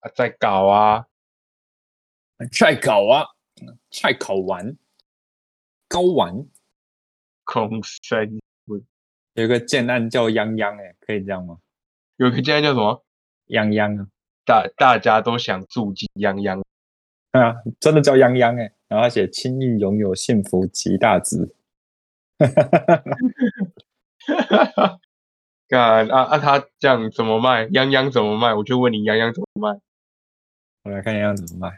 啊，在搞啊，菜烤啊，菜烤丸，睾丸空生有一个建案叫泱泱，哎，可以这样吗？有个现在叫什么？泱泱啊，大大家都想住进泱泱， 对啊，真的叫泱泱哎，然后他写轻易拥有幸福极大值， 干啊啊！他这样怎么卖？泱泱怎么卖？我就问你，泱泱怎么卖？我来看泱泱怎么卖。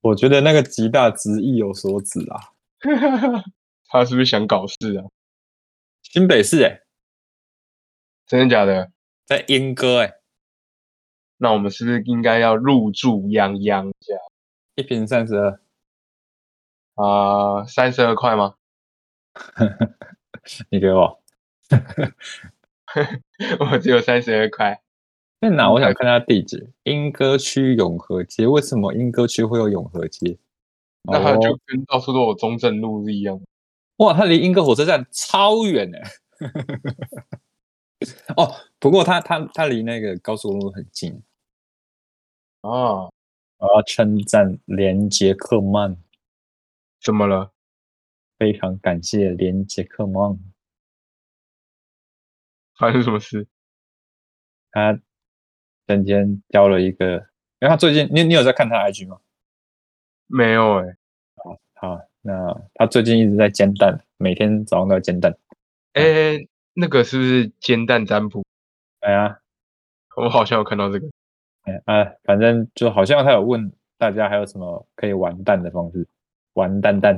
我觉得那个极大值意有所指啊， 他是不是想搞事啊？新北市哎，真的假的？在莺歌哎，那我们是不是应该要入驻泱泱家一瓶三十二，啊？三十二块吗？ 你给我。我只有三十二块。在哪？我想看它地址。莺歌区永和街，为什么莺歌区会有永和街？那他就哦跟到处都有中正路是一样的。哇，它离莺歌火车站超远 呢。哦，不过它它它离那个高速公路很近。啊，我要称赞连杰克曼，怎么了？非常感谢连杰克曼，发生什么事？他整天交了一个，因为他最近你你有在看他的 IG 吗？没有哎、好，那他最近一直在煎蛋，每天早上都要煎蛋。欸，哎、那个是不是煎蛋占卜？哎呀，我好像有看到这个。哎啊，反正就好像他有问大家还有什么可以玩蛋的方式，玩蛋蛋。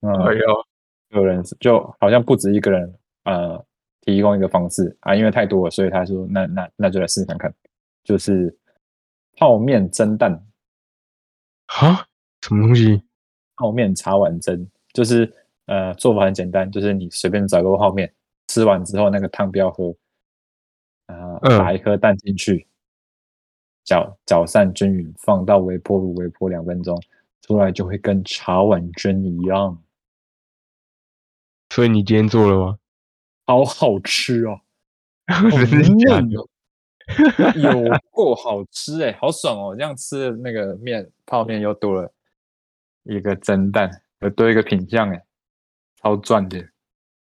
嗯，哎呦，有人就好像不止一个人，呃，提供一个方式啊，因为太多了，所以他说那那那就来试试看看，就是泡面蒸蛋，哈，啊什么东西？泡面茶碗蒸，就是呃做法很简单，就是你随便找个泡面，吃完之后那个汤不要喝，啊、嗯打一颗蛋进去，搅搅散均匀，放到微波炉微波两分钟，出来就会跟茶碗蒸一样，所以你今天做了吗？好好吃哦，好 真的假嫩的？哦有够好吃哎、好爽哦！这样吃的那个面泡面又多了一个蒸蛋，又多一个品相哎、超赚的。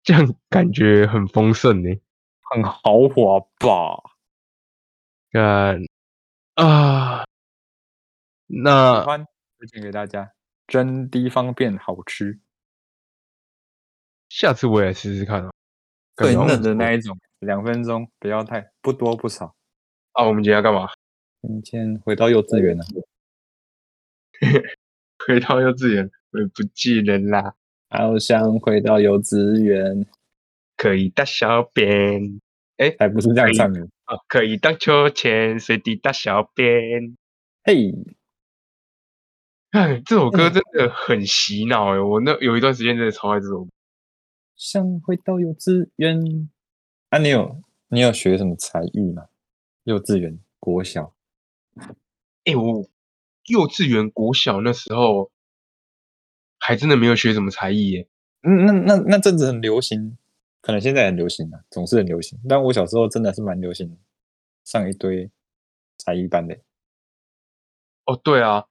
这样感觉很丰盛呢、很豪华吧？干啊，那喜欢推荐给大家，真的方便好吃，下次我也试试看啊。感最觉好像嫩不的错那一种，两分钟，不要太不多不少。啊，我们今天要干嘛？ 今天回到幼稚园了回到幼稚园，我也不记得啦。好想回到幼稚园，可以大小便才不是这样唱的。啊，可以荡秋千，随地大小便。嘿，哎， 这首歌真的很洗脑哎、我那有一段时间真的超爱这首歌。想回到幼稚园。啊，你有你有学什么才艺吗？幼稚园、国小，哎、我幼稚园、国小那时候还真的没有学什么才艺耶、嗯，那那那阵子很流行，可能现在很流行啊，总是很流行。但我小时候真的是蛮流行，上一堆才艺班的。哦，对啊，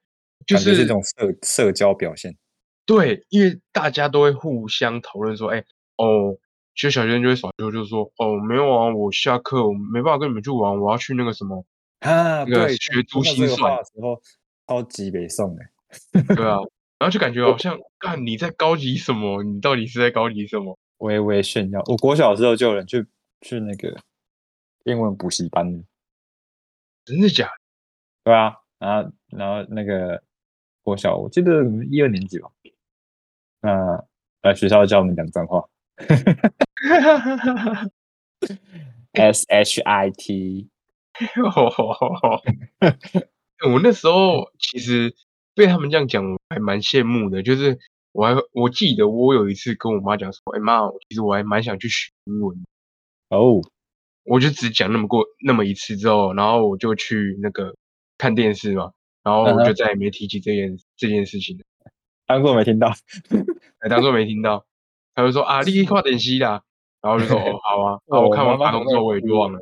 就感觉是是一种社社交表现。对，因为大家都会互相讨论说，哎、哦，其实小学生就会耍就就说，哦，没有啊，我下课我没办法跟你们去玩，我要去那个什么，啊，那个对，学读珠这心个话算的时候超级北宋的，对啊，然后就感觉好 像，看你在高级什么，你到底是在高级什么？微微炫耀。我国小的时候就有人去去那个英文补习班的，真的假的？对啊，然后然后那个国小，我记得一二年级吧，那来学校教我们讲脏话，S H I T， 哎我那时候其实被他们这样讲，我还蛮羡慕的。就是我还我记得我有一次跟我妈讲说：“哎、妈，其实我还蛮想去学英文。”哦，我就只讲那么过那么一次之后，然后我就去那个看电视嘛，然后嗯我哼就再也没提起这件这件事情了，当做没听到，哎当做没听到。他就说啊， 你跨点西啦，然后我就说哦好啊，然后我哦看妈完妈卡好通会之后我也就哭忘了。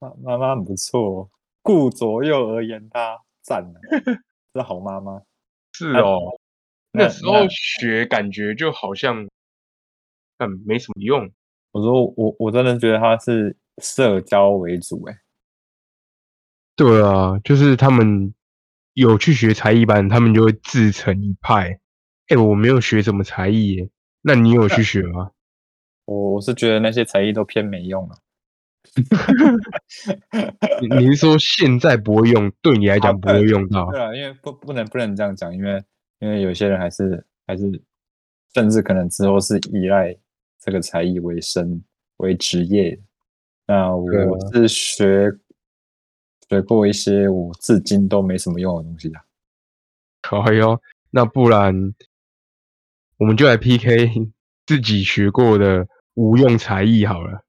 妈妈妈很不错、哦，顾左右而言他，赞啊这好妈妈。是哦，那那时候学感觉就好像，嗯，没什么用。我说我我真的觉得他是社交为主，哎，对啊，就是他们有去学才艺班，他们就会自成一派。哎、我没有学什么才艺耶，那你有去学吗？我我是觉得那些才艺都偏没用啊。你你是说现在不会用，对你来啊讲不会用到？对啊，因为不不能不能这样讲，因为因为有些人还是还是，甚至可能之后是依赖这个才艺为生为职业的。那我对啊是学、学过一些我至今都没什么用的东西啊。好哟，那不然我们就来 PK 自己学过的无用才艺好了。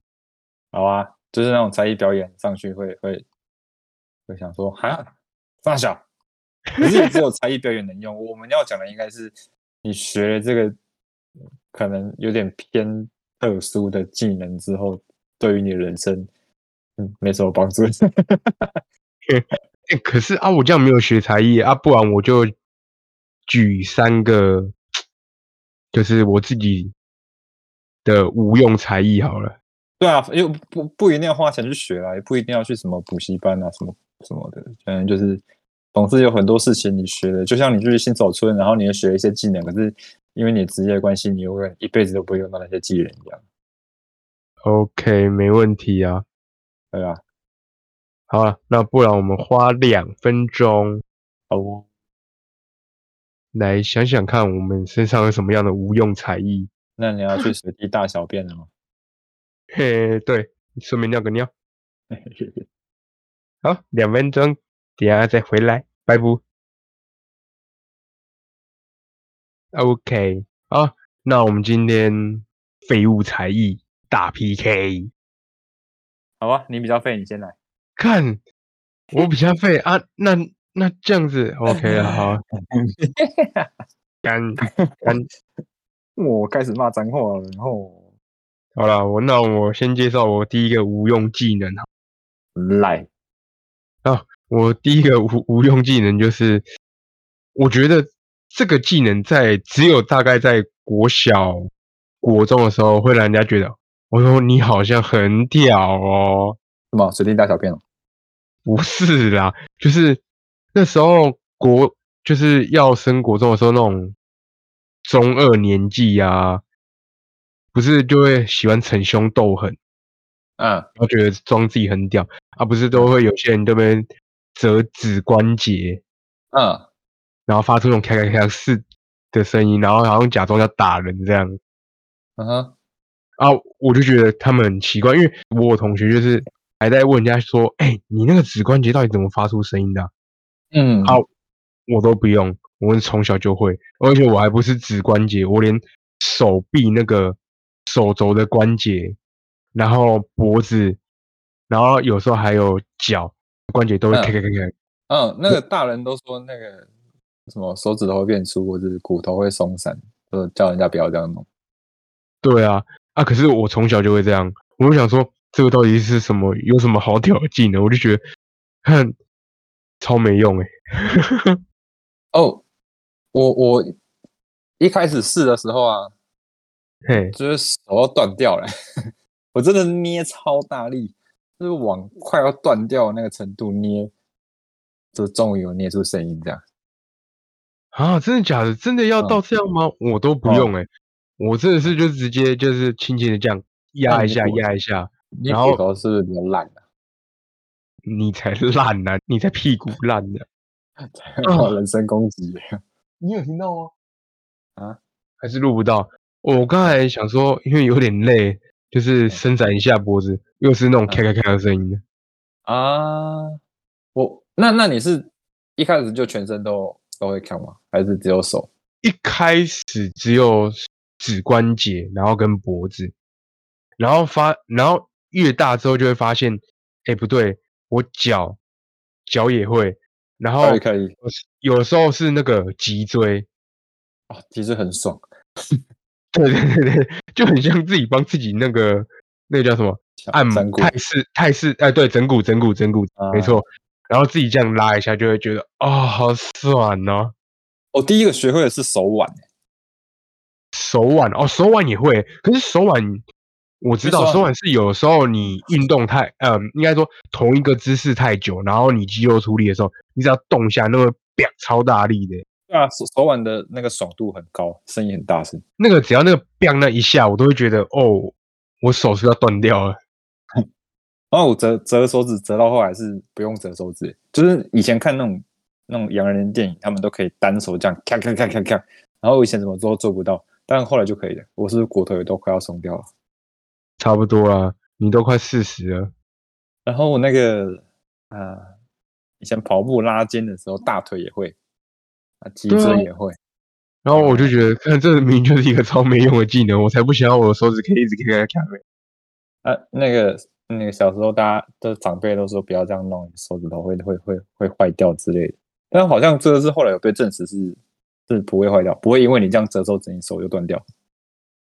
好啊，就是那种才艺表演上去会会会想说哈，发小，可是也只有才艺表演能用。我们要讲的应该是你学了这个可能有点偏特殊的技能之后，对于你的人生嗯没什么帮助。哎、可是啊，我这样没有学才艺啊，不然我就举三个，就是我自己的无用才艺好了。对啊，因为不不一定要花钱去学啊啦，也不一定要去什么补习班啊，什么什么的，反正就是，总之有很多事情你学的，就像你去新手村，然后你又学一些技能，可是因为你职业关系，你永远一辈子都不会用到那些技能一样， OK，没问题啊。对啊，好了，那不然我们花两分钟好哦，来想想看，我们身上有什么样的无用才艺？那你要去随地大小便了吗？ 嘿，对，顺便尿个尿。好，两分钟，等一下再回来，拜拜。OK，好，那我们今天废物才艺大 PK，好啊，你比较废，你先来。看我比较废啊，那那这样子 OK 了，好，干嗯我开始骂脏话了，然后好了，我那我先介绍我第一个无用技能好，赖，我第一个无无用技能就是，我觉得这个技能在只有大概在国小、国中的时候会让人家觉得，我说你好像很屌哦，什么随地大小便哦？不是啦，就是那时候国就是要升国中的时候，那种中二年纪啊，不是就会喜欢逞凶斗狠，嗯，然后觉得装自己很屌啊，不是都会有些人这边折指关节，嗯，然后发出那种咔咔咔是的声音，然后好像假装要打人这样嗯哼，啊，我就觉得他们很奇怪，因为我有同学就是还在问人家说，哎、你那个指关节到底怎么发出声音的啊、嗯，好我都不用，我从小就会，而且我还不是指关节，我连手臂那个手肘的关节，然后脖子，然后有时候还有脚关节都会嗯咔咔咔咔。嗯，那个大人都说那个什么手指头会变粗，或者是骨头会松散，就叫人家不要这样弄。对啊，啊，可是我从小就会这样，我就想说这个到底是什么，有什么好屌的技能？我就觉得，哼，超没用欸诶、哦，我我一开始试的时候啊，嘿，就是手要断掉了， 我真的捏超大力，就是往快要断掉的那个程度捏，就终于有捏出声音这样。啊，真的假的？真的要嗯到这样吗？我都不哦用诶、欸我真的是就直接就是轻轻的这样那压一你下，果压一下。你然骨后头是不是比较烂啊？ 你才烂呢、你才屁股烂呢、嗯哦、人身攻击耶。 你有听到吗？啊，还是录不到。我刚才想说，因为有点累，就是伸展一下脖子，又是那种咔咔咔的声音的。啊，我那那你是一开始就全身都都会看吗？还是只有手？一开始只有指关节，然后跟脖子，然后发，然后越大之后就会发现，哎、不对，我脚脚也会，然后可以可以有时候是那个脊椎，啊，其实很爽。对对对对，就很像自己帮自己那个那个叫什么敲按摩整骨泰式泰式，哎，对，整骨整骨整骨，没啊错。然后自己这样拉一下，就会觉得哦，好爽哦。我第一个学会的是手腕，手腕哦，手腕也会，可是手腕我知因为道，手腕手腕是有时候你运动太，嗯、应该说同一个姿势太久，然后你肌肉出力的时候，你只要动一下，那个啪超大力的，对啊，手手腕的那个爽度很高，声音很大声。那个只要那个 bang 那一下，我都会觉得哦，我手是要断掉了。然后我折折手指，折到后来是不用折手指，就是以前看那种那种洋人电影，他们都可以单手这样咔咔咔咔咔，然后我以前怎么做都做不到，但后来就可以了。我是不是骨头也都快要松掉了。差不多啊，你都快四十了，然后我那个啊、呃以前跑步拉筋的时候，大腿也会，啊，脊对啊椎也会。然后我就觉得，看这明明就是一个超没用的技能，我才不想要我的手指可以一直给它卡嘞。啊，那个那个小时候，大家的长辈都说不要这样弄，手指头会会会会坏掉之类的。但好像这个是后来有被证实是是不会坏掉，不会因为你这样折手指，你手就断掉。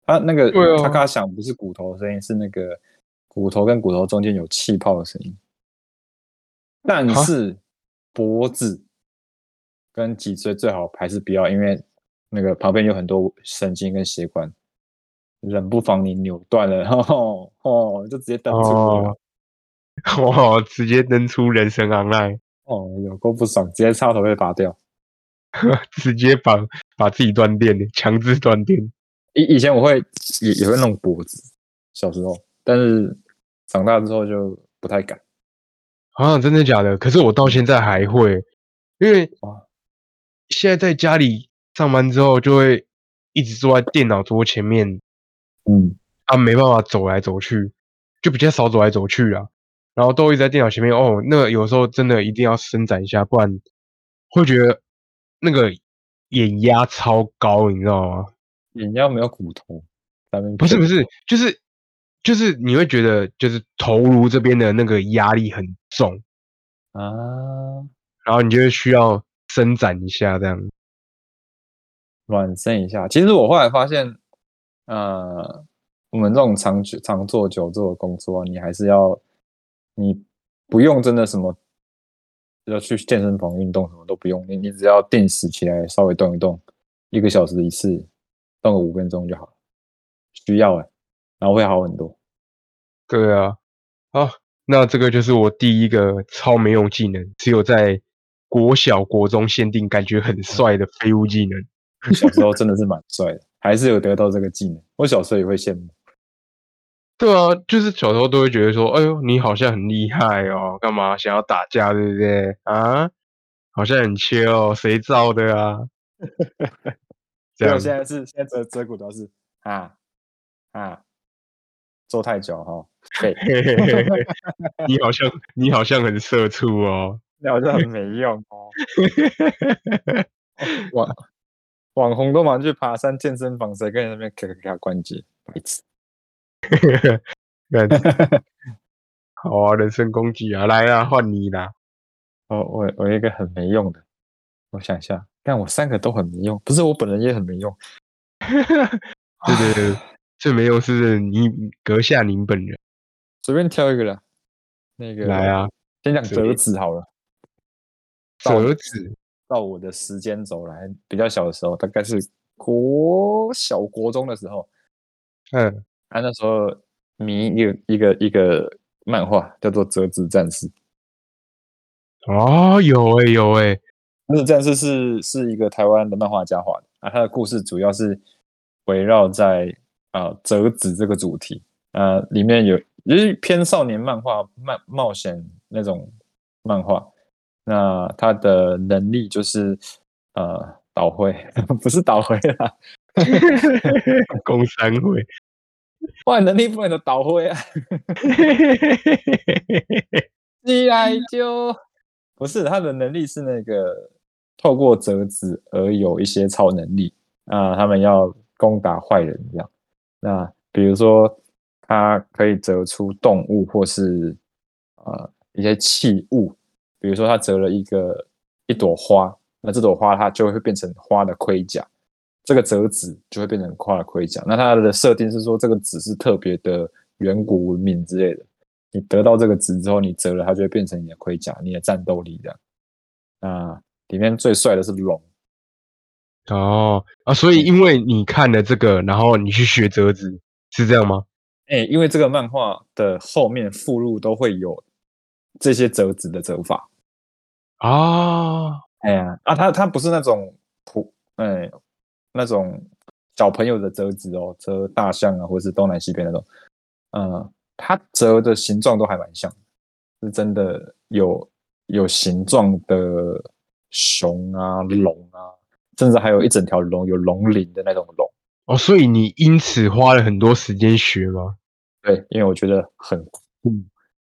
它那个对啊咔咔响不是骨头的声音，是那个骨头跟骨头中间有气泡的声音。但啊是脖子跟脊椎最好还是不要，因为那个旁边有很多神经跟血管，冷不防你扭断了， 哦哦，就直接断出了。哦，哇，直接登出人生 online，哦，有够不爽，直接插头被拔掉。直接把把自己断电，欸强制断电。以以前我会也也会弄脖子，小时候，但是长大之后就不太敢。啊，真的假的？可是我到现在还会，因为哇现在在家里上班之后，就会一直坐在电脑桌前面，嗯，啊，没办法走来走去，就比较少走来走去啊。然后都一直在电脑前面哦，那个有时候真的一定要伸展一下，不然会觉得那个眼压超高，你知道吗？眼压没有骨头，咱们不是不是，就是就是你会觉得就是头颅这边的那个压力很重，啊，然后你就会需要伸展一下这样。暖身一下。其实我后来发现，呃，我们这种长久常做久坐的工作啊，你还是要，你不用真的什么，要去健身房运动什么都不用，你你只要定时起来稍微动一动，一个小时一次，动个五分钟就好了，需要哎、然后会好很多。 对啊，好，那这个就是我第一个超没用技能，只有在国小国中限定，感觉很帅的废物技能。小时候真的是蛮帅的，还是有得到这个技能。我小时候也会羡慕，对啊，就是小时候都会觉得说，哎呦，你好像很厉害哦，干嘛想要打架，对不对啊？好像很缺哦，谁造的啊？这所以样我现在是现在折折骨头是啊啊，坐太久哈、哦， 对，嘿嘿嘿嘿， 你好像你好像很社畜哦。那我就很没用哦。网 网红都忙去爬山、健身房，谁跟你那边咔咔咔关机？白痴！ 那 好啊，人身攻击啊，来啊，换你啦。我我我有一个很没用的，我想一下，但我三个都很没用，不是我本人也很没用。这个最没用是你阁下您本人随便挑一个啦，那个来，啊，先讲随折便纸好了。到折纸到我的时间轴来，比较小的时候，大概是国小国中的时候，嗯，啊，那时候迷一个一个一个漫画叫做《折纸战士》，哦，有哎、有哎、 《折纸战士是》是一个台湾的漫画家画的啊，他的故事主要是围绕在啊、呃折纸这个主题，啊，里面有就是偏少年漫画、漫冒险那种漫画。那他的能力就是呃倒灰， 不是倒灰啦，工商会，哇，能力不能倒灰啊！起来就不是他的能力是那个透过折纸而有一些超能力啊、他们要攻打坏人这样。那比如说，它可以折出动物或是呃一些器物，比如说它折了一个一朵花，那这朵花它就会变成花的盔甲，这个折纸就会变成花的盔甲。那它的设定是说，这个纸是特别的远古文明之类的。你得到这个值之后，你折了它就会变成你的盔甲，你的战斗力这样。那里面最帅的是龙，哦啊，所以因为你看了这个，然后你去学折纸，是这样吗？哎、因为这个漫画的后面附录都会有这些折纸的折法。啊，哎呀，啊，它它不是那种普，哎，那种小朋友的折纸哦，折大象啊，或者是东南西北那种，嗯，它折的形状都还蛮像，是真的有有形状的熊啊、龙啊，甚至还有一整条龙，有龙鳞的那种龙。哦，所以你因此花了很多时间学吗？对，因为我觉得很酷。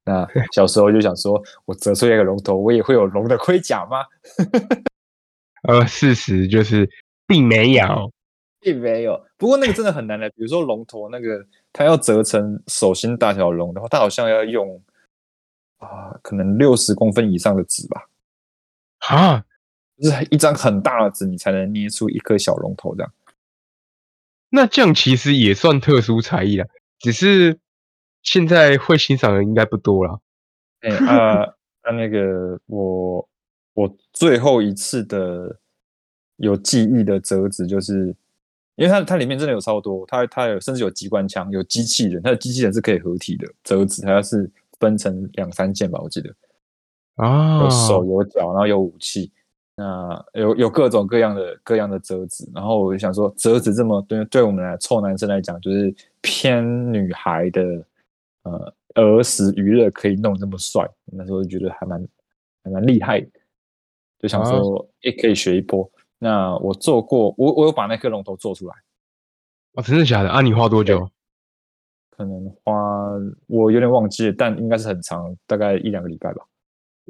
那小时候就想说，我折出来一个龙头，我也会有龙的盔甲吗？呃，事实就是并没有。并没有，不过那个真的很难的。比如说龙头那个，它要折成手心大小的龙的话，它好像要用啊、可能六十公分以上的纸吧，啊，就是一张很大的纸，你才能捏出一颗小龙头这样。那这样其实也算特殊才艺了，只是现在会欣赏的应该不多了。哎、啊，啊，那个我我最后一次的有记忆的折纸，就是因为它它里面真的有超多，它它有甚至有机关枪，有机器人，它的机器人是可以合体的折纸，它是分成两三件吧，我记得。啊，有手有脚，然后有武器，那有有各种各样的各样的折纸。然后我就想说，折纸这么对对我们来臭男生来讲，就是偏女孩的呃儿时娱乐可以弄这么帅，那时候就觉得还蛮还蛮厉害的，就想说也、诶可以学一波。那我做过，我我有把那颗龙头做出来，哦，真的假的？啊，你花多久？可能花我有点忘记了，但应该是很长，大概一两个礼拜吧。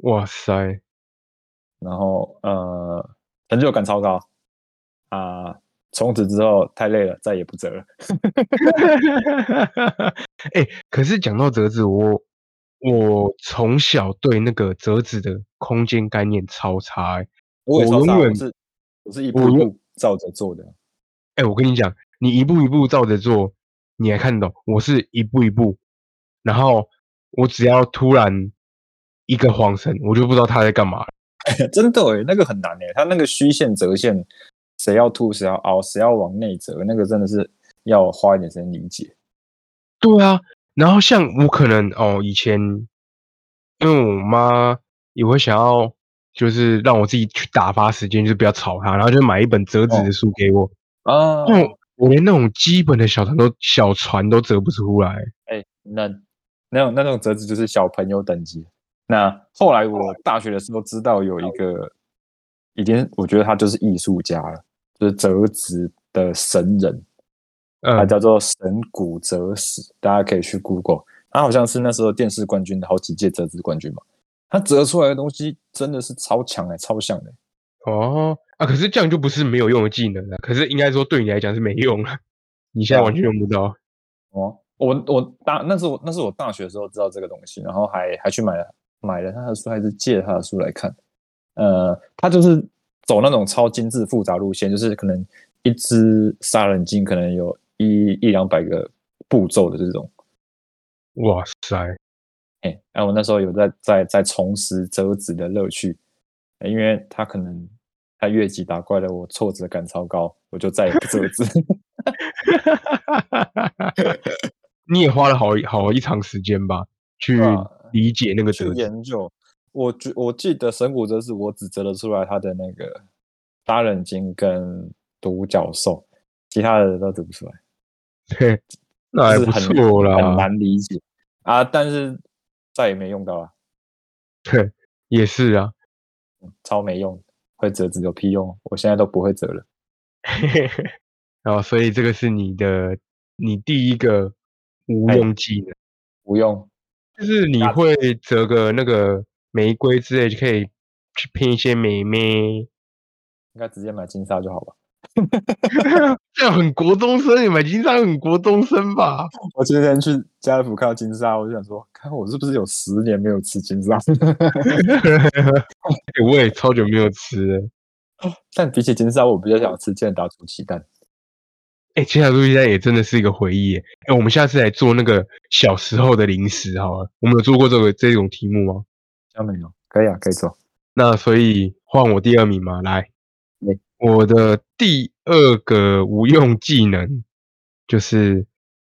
哇塞，然后呃，成就感超高啊、从此之后太累了，再也不折了。哎、可是讲到折纸，我我从小对那个折纸的空间概念超差、欸。我也我永超傻，我远是我是一我步一永步照着做的。哎、我跟你讲，你一步一步照着做，你还看得懂。我是一步一步，然后我只要突然一个晃神，我就不知道他在干嘛了。 真的欸诶，那个很难诶，它那个虚线、折线，谁要凸，谁要凹，谁要往内折，那个真的是要花一点时间理解。对啊，然后像我可能哦，以前因为我妈也会想要，就是让我自己去打发时间，就是不要吵她，然后就买一本折纸的哦书给我。啊，那我我连那种基本的小船都小船都折不出来。哎、那那种那种折纸就是小朋友等级。那后来我大学的时候知道有一个，已经我觉得他就是艺术家了，就是折纸的神人，他嗯，叫做神谷哲史，大家可以去 Google。他好像是那时候电视冠军的好几届折纸冠军嘛，他折出来的东西真的是超强哎、超像的、哦啊，可是这样就不是没有用的技能了，可是应该说对你来讲是没用了，你现在对啊完全用不到。哦，我我大那是我那是我大学的时候知道这个东西，然后还还去买了买了他的书，还是借了他的书来看。呃，他就是走那种超精致复杂路线，就是可能一只杀人鲸可能有一一两百个步骤的这种。哇塞，哎、然后我那时候有在在在重拾折纸的乐趣，哎因为他可能他越级打怪了，我挫折感超高，我就再也不折纸。你也花了好一好一长时间吧，去对啊理解那个 去折纸。研究。我觉我记得神谷哲是我只折得出来他的那个杀人鲸跟独角兽，其他的都折不出来，嘿，那还就不是很错啦，很难理解啊。但是再也没用到了，啊对，也是啊。超没用，会折只有屁用，我现在都不会折了。然后，所以这个是你的你第一个无哎用技能，不用，就是你大会折个那个玫瑰之类，就可以去拼一些美眉。应该直接买金沙就好吧。这样很国中生，你们经常很国中生 吧？我今天去家乐福看到金沙，我就想说，看我是不是有十年没有吃金沙？ 欸我也超久没有吃了。但比起金沙，我比较想吃健达煮鸡蛋。哎、切小猪鸡蛋也真的是一个回忆耶。哎、我们下次来做那个小时候的零食好了。我们有做过这个这种题目吗？江美哦，可以啊，可以做。那所以换我第二名嘛，来对，我的第二个无用技能就是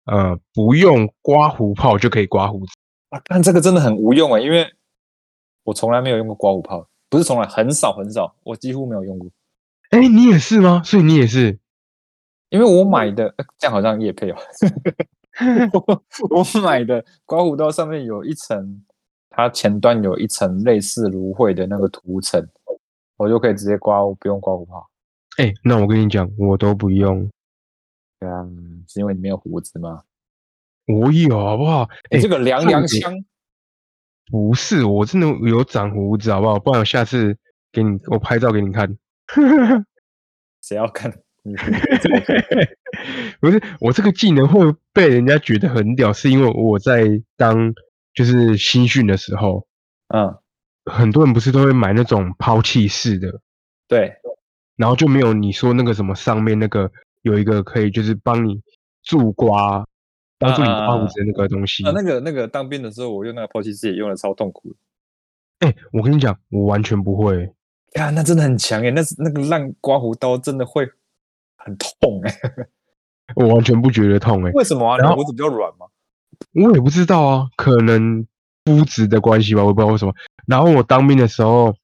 呃，不用刮胡泡就可以刮胡子。啊，但这个真的很无用哎、因为我从来没有用过刮胡泡，不是从来，很少很少，我几乎没有用过。哎、你也是吗？所以你也是。因为我买的、呃这样好像也配哦， 我我买的刮胡刀上面有一层，它前端有一层类似芦荟的那个涂层，我就可以直接刮，我不用刮胡泡。哎、那我跟你讲，我都不用，对啊，是因为你没有胡子吗？我有好不好？你、哎、这个凉重凉点枪，不是，我真的有长胡子好不好？不然我下次给你，我拍照给你看。 谁要看？你不是我这个技能会被人家觉得很屌，是因为我在当就是新训的时候， 嗯，很多人不是都会买那种抛弃式的， 对，然后就没有你说那个什么上面那个有一个可以就是帮你助刮，帮助你刮胡子的那个东西。啊，那个那个当兵的时候，我用那个抛弃式也用的超痛苦的。哎、我跟你讲，我完全不会、呀，那真的很强欸耶！那是那个烂刮胡刀真的会很痛哎，我完全不觉得痛哎、 为什么啊？你然的后胡子比较软嘛？我也不知道啊，可能肤质的关系吧，我也不知道为什么。然后我当兵的时候，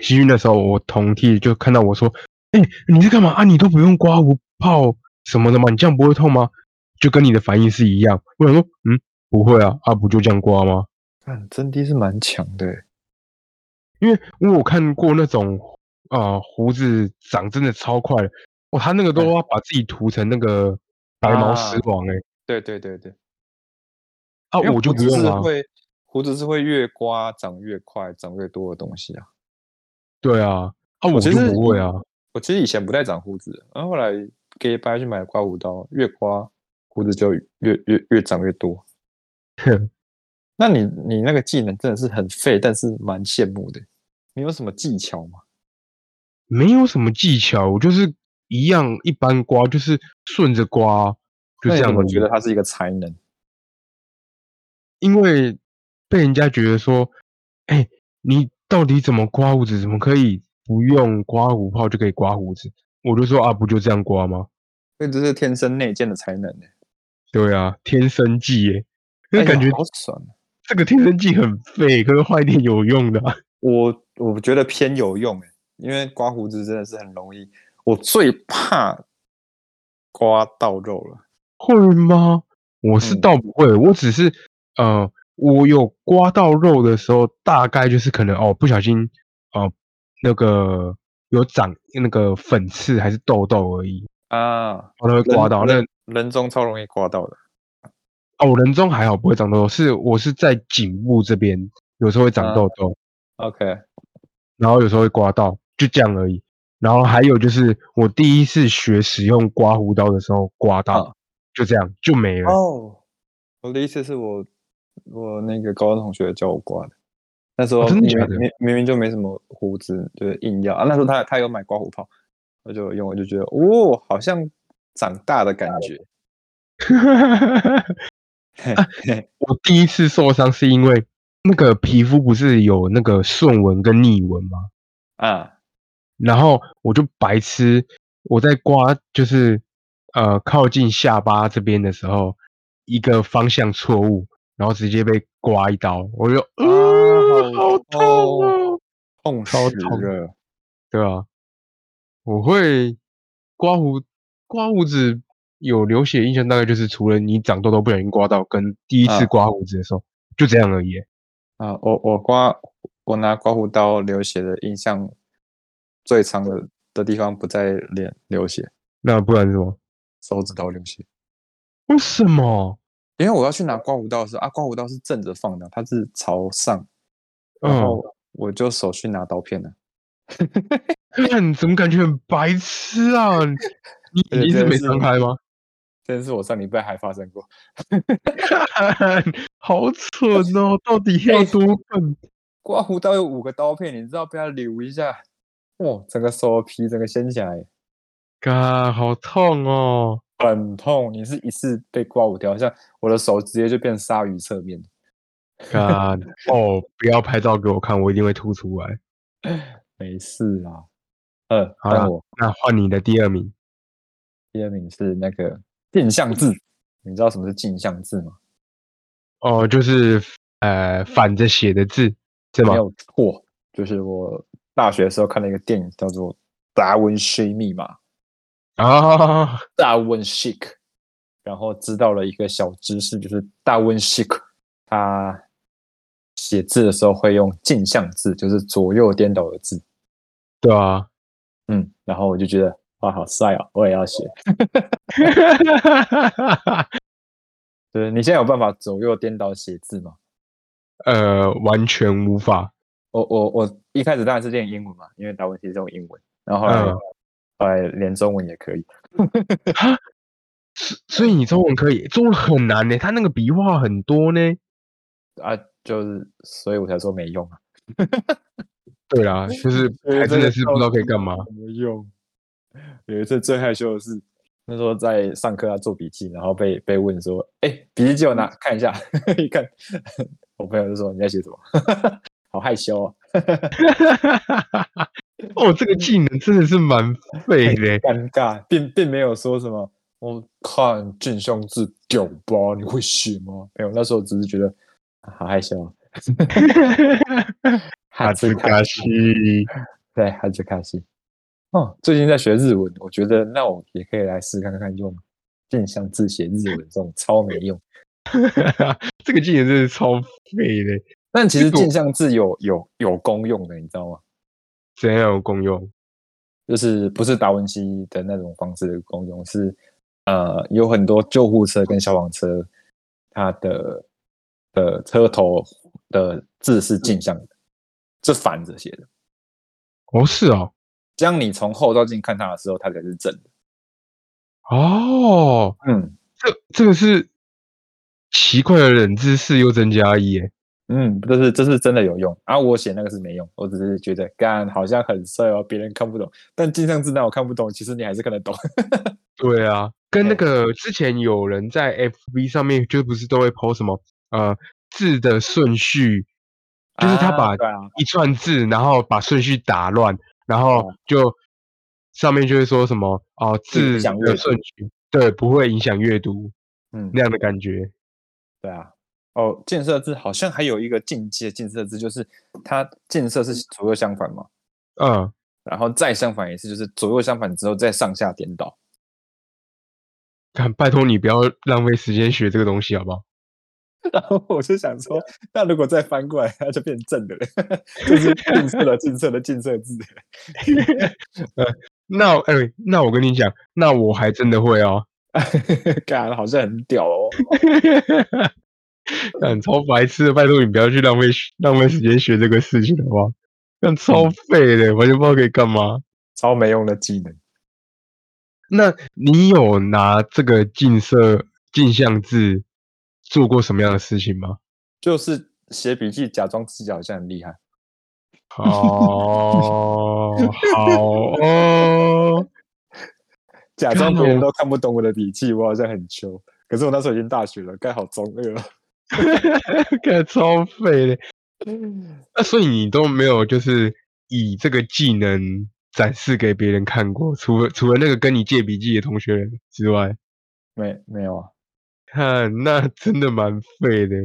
新训的时候，我同梯就看到我说：“哎、你在干嘛啊？你都不用刮胡泡什么的吗？你这样不会痛吗？”就跟你的反应是一样。我想说，嗯，不会啊，啊不就这样刮吗？看真的是蛮强的欸耶，因为因为我看过那种啊、呃胡子长真的超快的，哦，他那个都嗯要把自己涂成那个白毛石啊王哎、对对对对，啊因为我就胡不子用是啊，会胡子是会越刮长越快、长越多的东西啊。对啊，啊我其就实不会啊。我其实以前不太长胡子，然后后来给爸去买刮胡刀，越刮胡子就越越越长越多。那你你那个技能真的是很废，但是蛮羡慕的。你有什么技巧吗？没有什么技巧，我就是一样一般刮，就是顺着刮，就那这你样怎而么已。觉得它是一个才能？因为被人家觉得说，哎、你到底怎么刮胡子？怎么可以不用刮胡泡就可以刮胡子？我就说啊，不就这样刮吗？这这是天生内建的才能呢、欸对啊，天生技耶、因为哎呀感觉好爽。啊这个天生技很废，可是换一点有用的啊、我我觉得偏有用哎，因为刮胡子真的是很容易。我最怕刮到肉了。会吗？我是嗯倒不会，我只是呃，我有刮到肉的时候，大概就是可能哦，不小心呃，那个有长那个粉刺还是痘痘而已，啊，然后它会刮到。那人人中超容易刮到的。哦，人中还好不会长痘痘，是我是在颈部这边有时候会长啊痘痘， OK，然后有时候会刮到，就这样而已。然后还有就是我第一次学使用刮胡刀的时候刮到，啊就这样就没了。哦，我的意思是我我那个高中同学教我刮的，那时候哦真的明假明的明明明就没什么胡子，就是硬要啊。那时候他他有买刮胡泡，我就有用，我就觉得哦，好像长大的感觉。 嘿嘿啊我第一次受伤是因为那个皮肤不是有那个顺纹跟逆纹吗？啊，然后我就白痴，我在刮就是呃靠近下巴这边的时候，一个方向错误，然后直接被刮一刀，我就啊、呃好好痛痛哦，痛超死痛了！对啊，我会刮胡刮胡子有流血印象，大概就是除了你长痘痘不小心刮到，跟第一次啊刮胡子的时候、就这样而已。啊，我我刮我拿刮胡刀流血的印象最长的的地方不在脸流血，那不然是什么？手指头流血。为什么？因为我要去拿刮胡刀的时候啊，刮胡刀是正着放的，它是朝上，然嗯，后我就手去拿刀片了，看怎么感觉很白痴啊？ 你而且你一这直件没事张开吗？ 这件事我上礼拜还发生过。好蠢哦！到底要 多笨？刮胡刀有五个刀片，你知道被它留一下，哇，整个手皮整个掀起来耶，嘎，好痛 哦！很痛，你是一次被刮五条，像我的手直接就变鲨鱼侧面。嘎，哦，不要拍照给我看，我一定会吐出来。没事啦，嗯，好换啦我那换你的第二名，第二名是那个镜像字，你知道什么是镜像字吗？哦，就是呃反着写的字是吗没？有错，就是我大学的时候看了一个电影叫做《达文西密码》啊， 大温 s h i k 然后知道了一个小知识，就是大温 s h i k 他写字的时候会用镜像字，就是左右颠倒的字。对啊，嗯，然后我就觉得哇，好帅哦，我也要学。就是你现在有办法左右颠倒写字吗？呃，完全无法。我我我一开始当然是练英文嘛，因为达文西是用英文，然后后来、嗯后来连中文也可以。所所以你中文可以，中文很难呢，它那个笔画很多呢。啊，就是所以我才说没用啊，对啦，就是还真的是不知嗯道可以干嘛。怎么用。有一次最害羞的是，那时候在上课要做笔记，然后被被问说：“哎、笔记借我拿看一下。” 一看，我朋友就说：“你在写什么？” 好害羞啊！哦，这个哎技能真的是蛮废的。尴尬，并并没有说什么。我看镜像字屌吧，你会写吗？没有，那时候只是觉得啊好 害 羞啊。哈兹卡 西，对，哈兹卡西。哦，最近在学日文，我觉得那我也可以来试看看用镜像字写日文，这种超没用。这个技能真的是超废的，但其这实个我镜像字有有有功用的，你知道吗？怎样有功用？就是不是达文西的那种方式的功用，是呃有很多救护车跟消防车，它的的车头的字是镜像的，是反着写的。哦，是哦，这样你从后照镜看它的时候，它才是正的。哦，嗯这这个是奇怪的冷知识又增加一耶。嗯，这是这是真的有用啊！我写那个是没用，我只是觉得干好像很帅哦，别人看不懂，但镜像字那我看不懂，其实你还是看得懂。 对啊，跟那哎个之前有人在 FB 上面就不是都会 po 什么呃字的顺序，就是他把啊对啊，一串字，然后把顺序打乱，然后哦就上面就会说什么哦不影字响阅的读顺序，对，不会影响阅读嗯，那样的感觉。对啊，哦，近色字好像还有一个境界，近色字就是它近色是左右相反嘛，嗯，然后再相反一次就是左右相反之后再上下颠倒。 看，拜托你不要浪费时间学这个东西好不好？然后我就想说，那如果再翻过来，它就变正的了， 就是近色的近色的近色字。那我哎、那我跟你讲，那我还真的会哦， 干，好像很屌哦。 干超白痴的，拜托你不要去浪费时浪费时间学这个事情好不好？干超废的，完全不知道可以干嘛。超没用的技能。那你有拿这个近色镜像字做过什么样的事情吗？ 就是写笔记，假装自己好像很厉害。哦，好哦，假装干别人我都看不懂我的笔记，我好像很穷。可是我那时候已经大学了，该好中二了。 干超废的。那所以你都没有就是以这个技能展示给别人看过，除了除了那个跟你借笔记的同学之外，没没有啊， 看那真的蛮废的。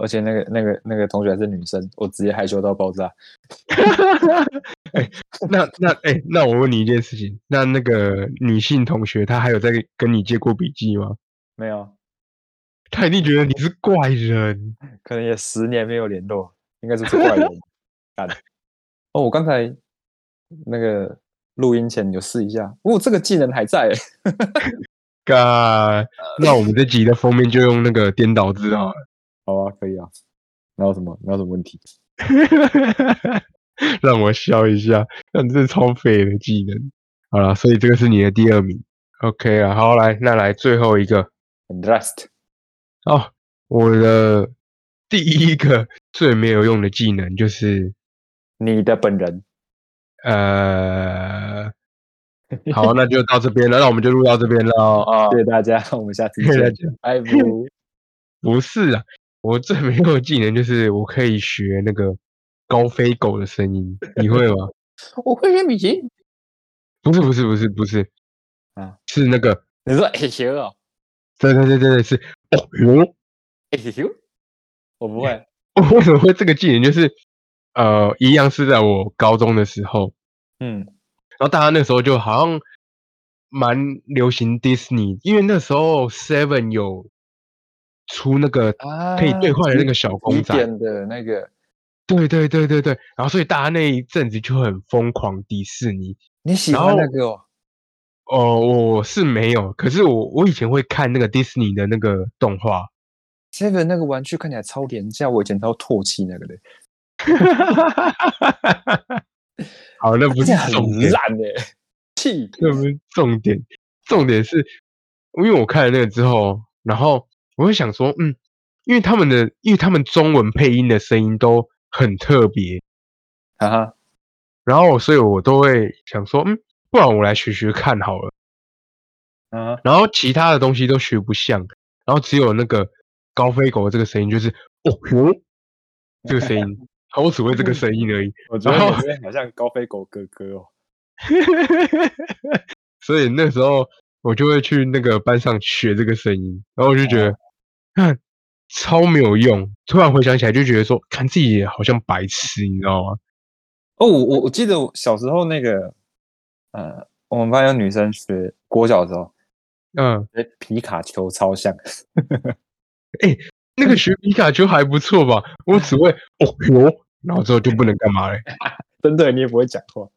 而且那个那个那个同学还是女生，我直接害羞到爆炸。那那哎、那我问你一件事情，那那个女性同学她还有在跟你借过笔记吗？没有啊，她一定觉得你是怪人。可能也十年没有联络，应该是是怪人干。哦，我刚才那个录音前有试一下，哦，这个技能还在欸。 嘎，那我们这集的封面就用那个颠倒字好了， 好啊，可以啊。没有什么，没有什么问题。让我笑一下。那你这超废的技能。好了，所以这个是你的第二名。OK 啊，好来，那来最后一个 And rest，哦。我的第一个最没有用的技能就是你的本人 呃，好，那就到这边了，那我们就录到这边了啊。谢谢大家，我们下次谢谢大见家，拜拜。不是啊，我最没有的技能就是我可以学那个高飞狗的声音，你会吗？我会学米奇。不是不是不是不是，啊，是那个，你说嘿咻哦，对对对对对，是哦哟， 嘿咻，哎我不会。我为什么会这个技能？就是呃，一样是在我高中的时候， 嗯，然后大家那时候就好像蛮流行 Disney，因为那时候 Seven 有出那个啊，可以兑换的那个小公一仔，点的那个，对对对对对，然后所以大家那一阵子就很疯狂迪士尼。你喜然欢那后个哦？哦，我是没有，可是我我以前会看那个 Disney 的那个动 画， Seven 那个玩具看起来超廉价，我以前超唾弃那个的，好，那不而是且很重点，烂的，气那不是重点，重点是，因为我看了那个之后，然后我会想说，嗯，因为他们的，因为他们中文配音的声音都很特别，啊哈！然后所以我都会想说，嗯，不然我来学学看好了。啊哈，然后其他的东西都学不像，然后只有那个高飞狗的这个声音就是哦吼，这个声音， 我只会这个声音而已。我觉得然你后这边好像高飞狗哥哥哦。所以那时候我就会去那个班上学这个声音，然后我就觉得，看超没有用。突然回想起来，就觉得说，看自己也好像白痴，你知道吗？哦，我我我记得我小时候那个，呃，我们班有女生学国小的时候，嗯，哎，皮卡丘超像，那个学皮卡丘还不错吧？我只会哦吼，然后之后就不能干嘛嘞。真的你也不会讲话。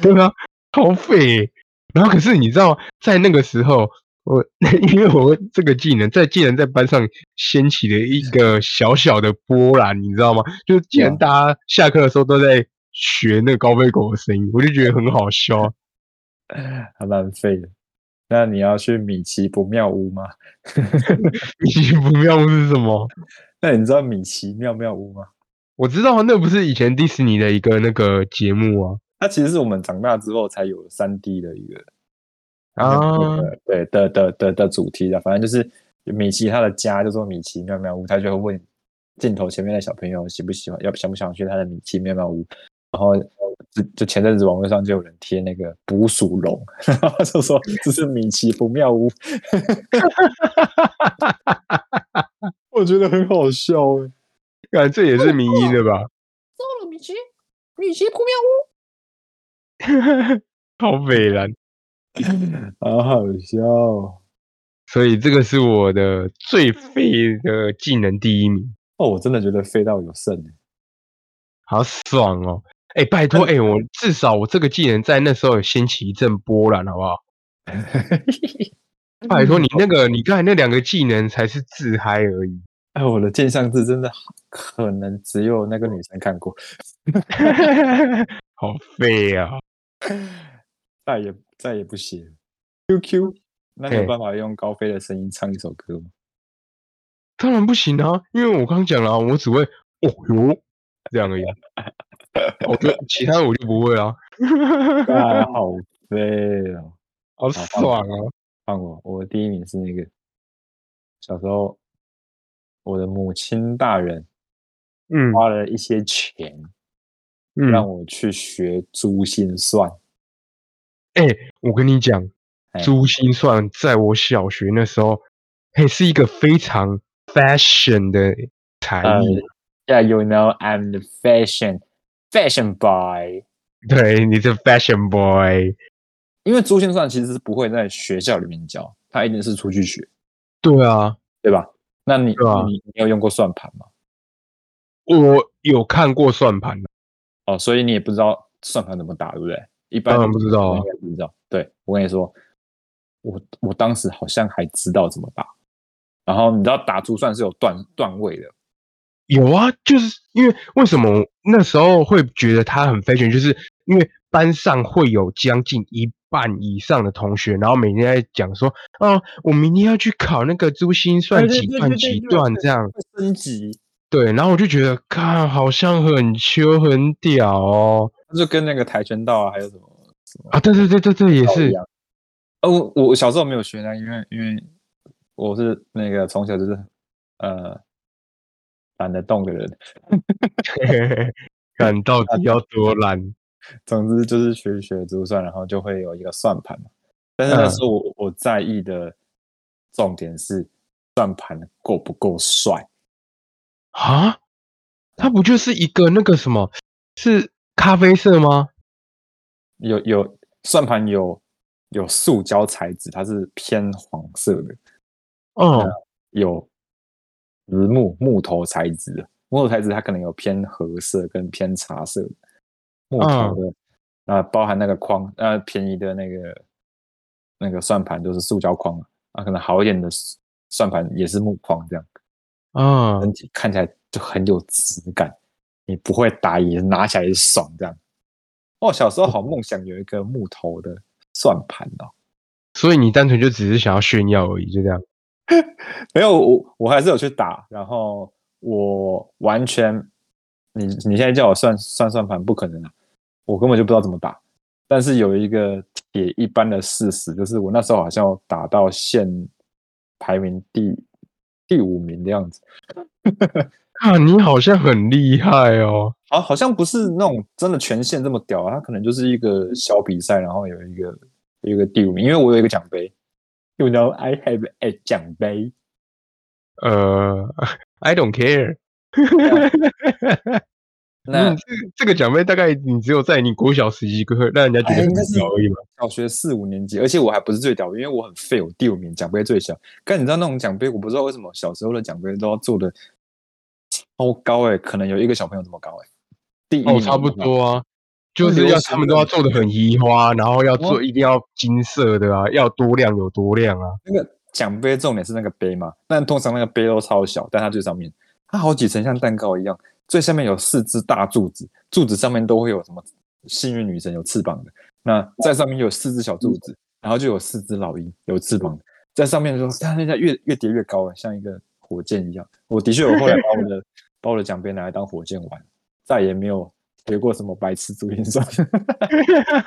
对啊，好废欸。然后可是你知道，在那个时候，我 因为我这个技能在竟然在班上掀起了一个小小的波澜，你知道吗？就既然哇大家下课的时候都在学那个高飞狗的声音，我就觉得很好笑啊。还蛮废的。那你要去米奇不妙屋吗？米奇不妙屋是什么？那你知道米奇妙妙屋吗？我知道那不是以前迪士尼的一个那个节目啊它其实是我们长大之后才有三 D 的一个啊，呃对的的的的主题的，反正就是米奇他的家叫做米奇妙妙屋，他就会问镜头前面的小朋友喜不喜欢，要想不想去他的米奇妙妙屋。然后就就前阵子网络上就有人贴那个捕鼠笼，然后就说这是米奇不妙屋，我觉得很好笑哎、感这也是迷音的吧？糟了，米奇，米奇扑好北蓝。好好笑、哦！所以这个是我的最废的技能第一名。哦，我真的觉得飞到有剩欸好爽哦！哎、拜托，哎、我至少我这个技能在那时候有掀起一阵波澜，好不好？拜托你那个，你刚才那两个技能才是自嗨而已。哎，我的见相字真的好可能只有那个女生看过，好废啊！再也再也不写了。QQ，那你有嘿办法用高飞的声音唱一首歌吗？当然不行啊，因为我刚讲了啊、我只会哦哟这样而已。我觉得其他我就不会啊，啊，好飞哦！好爽啊！放我，我的第一名是那个小时候，我的母亲大人嗯花了一些钱让嗯，我去学珠心算。哎、我跟你讲，哎珠心算在我小学那时候，嘿，是一个非常 fashion 的才呃艺。 Yeah, you know, I'm the fashion fashion boy。对，你是 fashion boy。因为珠心算其实是不会在学校里面教，它一定是出去学，对啊，对吧？那你、对啊你你有用过算盘吗？我有看过算盘的，哦，所以你也不知道算盘怎么打，对不对？一般当然人不知道啊应该不知道。对，我跟你说，我我当时好像还知道怎么打。然后你知道打珠算是有段段位的，有啊，就是因为为什么那时候会觉得他很 fashion，就是因为班上会有将近一半以上的同学，然后每天在讲说，哦，我明天要去考那个珠心算对几对对段对几对段对这样。会升级，对，然后我就觉得，看，好像很秋很屌哦。就跟那个跆拳道啊，还有什么啊，对对对对对，也是一，样。 呃，我我小时候没有学那个，因为因为我是那个从小就是呃懒得动的人，感到底 要多懒总之就是学一学珠算，然后就会有一个算盘嘛。但是那嗯时候我、我在意的重点是算盘够不够帅。啊？它不就是一个那个什么，是咖啡色吗？有有算盘有有塑胶材质，它是偏黄色的；嗯，啊有实木木头材质的，木头材质它可能有偏褐色跟偏茶色的木头的。啊、包含那个框，呃，便宜的那个那个算盘都是塑胶框嘛啊，可能好一点的算盘也是木框这样。啊，整体看起来就很有质感，你不会打也拿起来也爽这样。哦，小时候好梦想有一个木头的算盘哦，所以你单纯就只是想要炫耀而已，就这样。没有我我还是有去打，然后我完全你你现在叫我算算算盘不可能啊，我根本就不知道怎么打。但是有一个铁一般的事实，就是我那时候好像有打到县排名第第五名的样子，啊，你好像很厉害哦。好，好像不是那种真的全县这么屌啊，它可能就是一个小比赛，然后有一个有一个第五名，因为我有一个奖杯，You know I have a 奖杯，呃，I don't care。那嗯、这这个奖杯大概你只有在你国小时期会让人家觉得哎很应该是屌而已嘛。小学四五年级，而且我还不是最屌，因为我很废，我第五名，奖杯最小。但你知道那种奖杯，我不知道为什么小时候的奖杯都要做的超高哎、可能有一个小朋友这么高哎、第一哦，名差不吧多啊，就那是流要行他们的都要做的很移花，然后要哦做一定要金色的啊，要多亮有多亮啊。那个奖杯重点是那个杯嘛，但通常那个杯都超小，但它最上面它好几层像蛋糕一样，最下面有四只大柱子，柱子上面都会有什么幸运女神有翅膀的，那在上面有四只小柱子，然后就有四只老鹰有翅膀的，在上面就它现在越越叠越高了，像一个火箭一样。我的确有后来把我的 把我的奖杯拿来当火箭玩，再也没有学过什么白痴珠心算，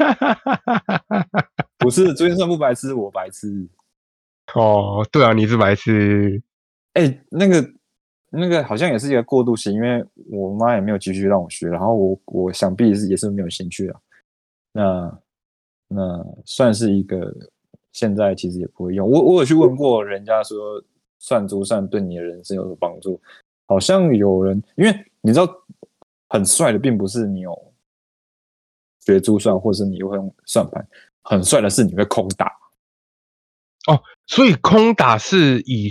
不是珠心算不白痴，我白痴。哦，对啊，你是白痴。哎、那个那个好像也是一个过渡期，因为我妈也没有继续让我学，然后我我想必是也是没有兴趣了。那那算是一个现在其实也不会用。我我有去问过人家说算珠算对你的人生有什么帮助，好像有人因为你知道很帅的并不是你有学珠算，或是你会用算盘，很帅的是你会空打。所以空打是以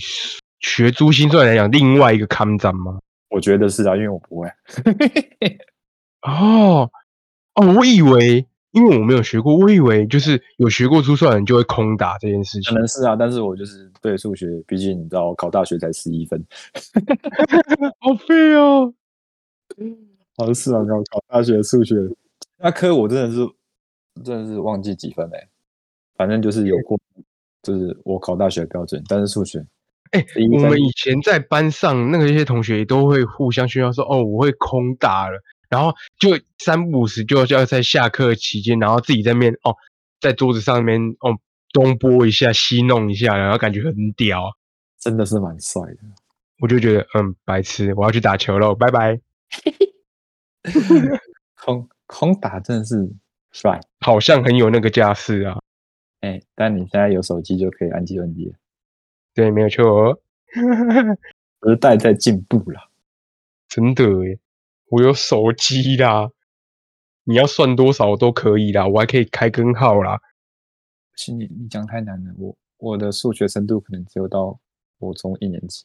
学珠心算来讲另外一个抗战吗？我觉得是啊，因为我不会。哦哦，我以为，因为我没有学过，我以为就是有学过珠算的人就会空打这件事可情。能是啊，但是我就是对数学，毕竟你知道，考大学才十一分。好废哦！好像是啊，考考大学数学那科我真的是真的是忘记几分嘞、反正就是有过，就是我考大学标准，但是数学哎11分，我们以前在班上，那个一些同学也都会互相炫耀说：“哦，我会空打了。”然后就三不五时就要在下课期间，然后自己在面哦，在桌子上面哦东拨一下西弄一下，然后感觉很屌，真的是蛮帅的。我就觉得嗯白痴，我要去打球喽，拜拜，空空打真的是帅，好像很有那个架势啊。哎、但你现在有手机就可以按计算机了，对，没有错哦，时代在进步了。真的诶，我有手机啦，你要算多少都可以啦，我还可以开根号啦。其实你你讲太难了，我我的数学深度可能只有到国中一年级，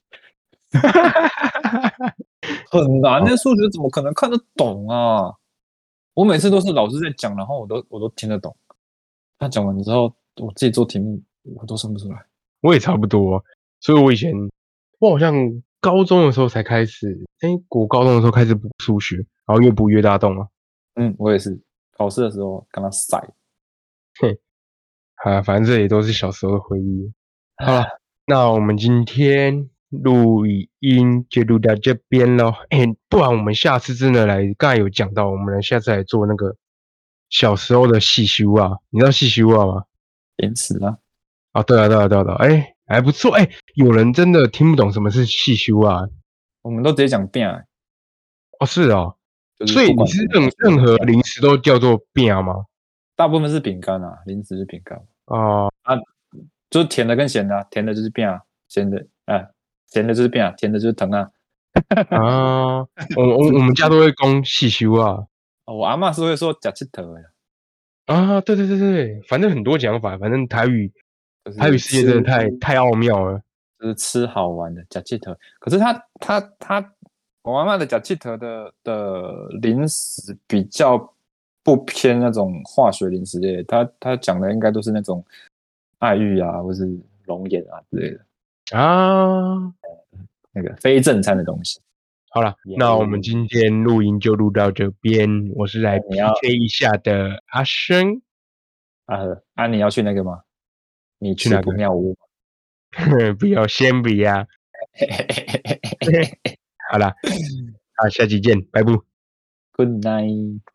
很难那数学怎么可能看得懂啊？我每次都是老师在讲，然后我都我都听得懂。他讲完之后，我自己做题目，我都算不出来。我也差不多，哦所以我以前我好像高中的时候才开始，哎、我高中的时候开始补数学，然后越补越大洞啊，嗯，我也是，考试的时候跟他塞。啊，反正这也都是小时候的回忆。好了，那我们今天录语音就录到这边喽，哎、不然我们下次真的来，刚才有讲到，我们来下次来做那个小时候的细修啊，你知道细修啊吗？延迟啊，啊，对啊，对啊，对啊，对啊，哎，还不错，哎，有人真的听不懂什么是细修啊？我们都直接讲变啊，哦，是哦，就是所以嗯不你管是怎么任任样何零食都叫做饼吗？大部分是饼干啊，零食是饼干，哦，就是甜的跟咸的、啊，甜的就是变啊，咸的啊，咸的就是变啊，甜的就是疼啊。啊，我我我们家都会供细修啊。哦我阿嬷是会说假气头的，啊，对对对对，反正很多讲法，反正台语就是台语世界真的吃太太奥妙了。就是吃好玩的假气头。可是他他他，我妈妈的假气头的的零食比较不偏那种化学零食类，他他讲的应该都是那种爱玉啊，或是龙眼啊之类的啊，那个非正餐的东西。好了，也那我们是今天录音就录到这边，我是来那你要 PK 一下的阿生， 啊啊，你要去那个吗？你去去哪不个妙屋。 不要先比呀。 好了，啊，下期见，拜拜。 Good night.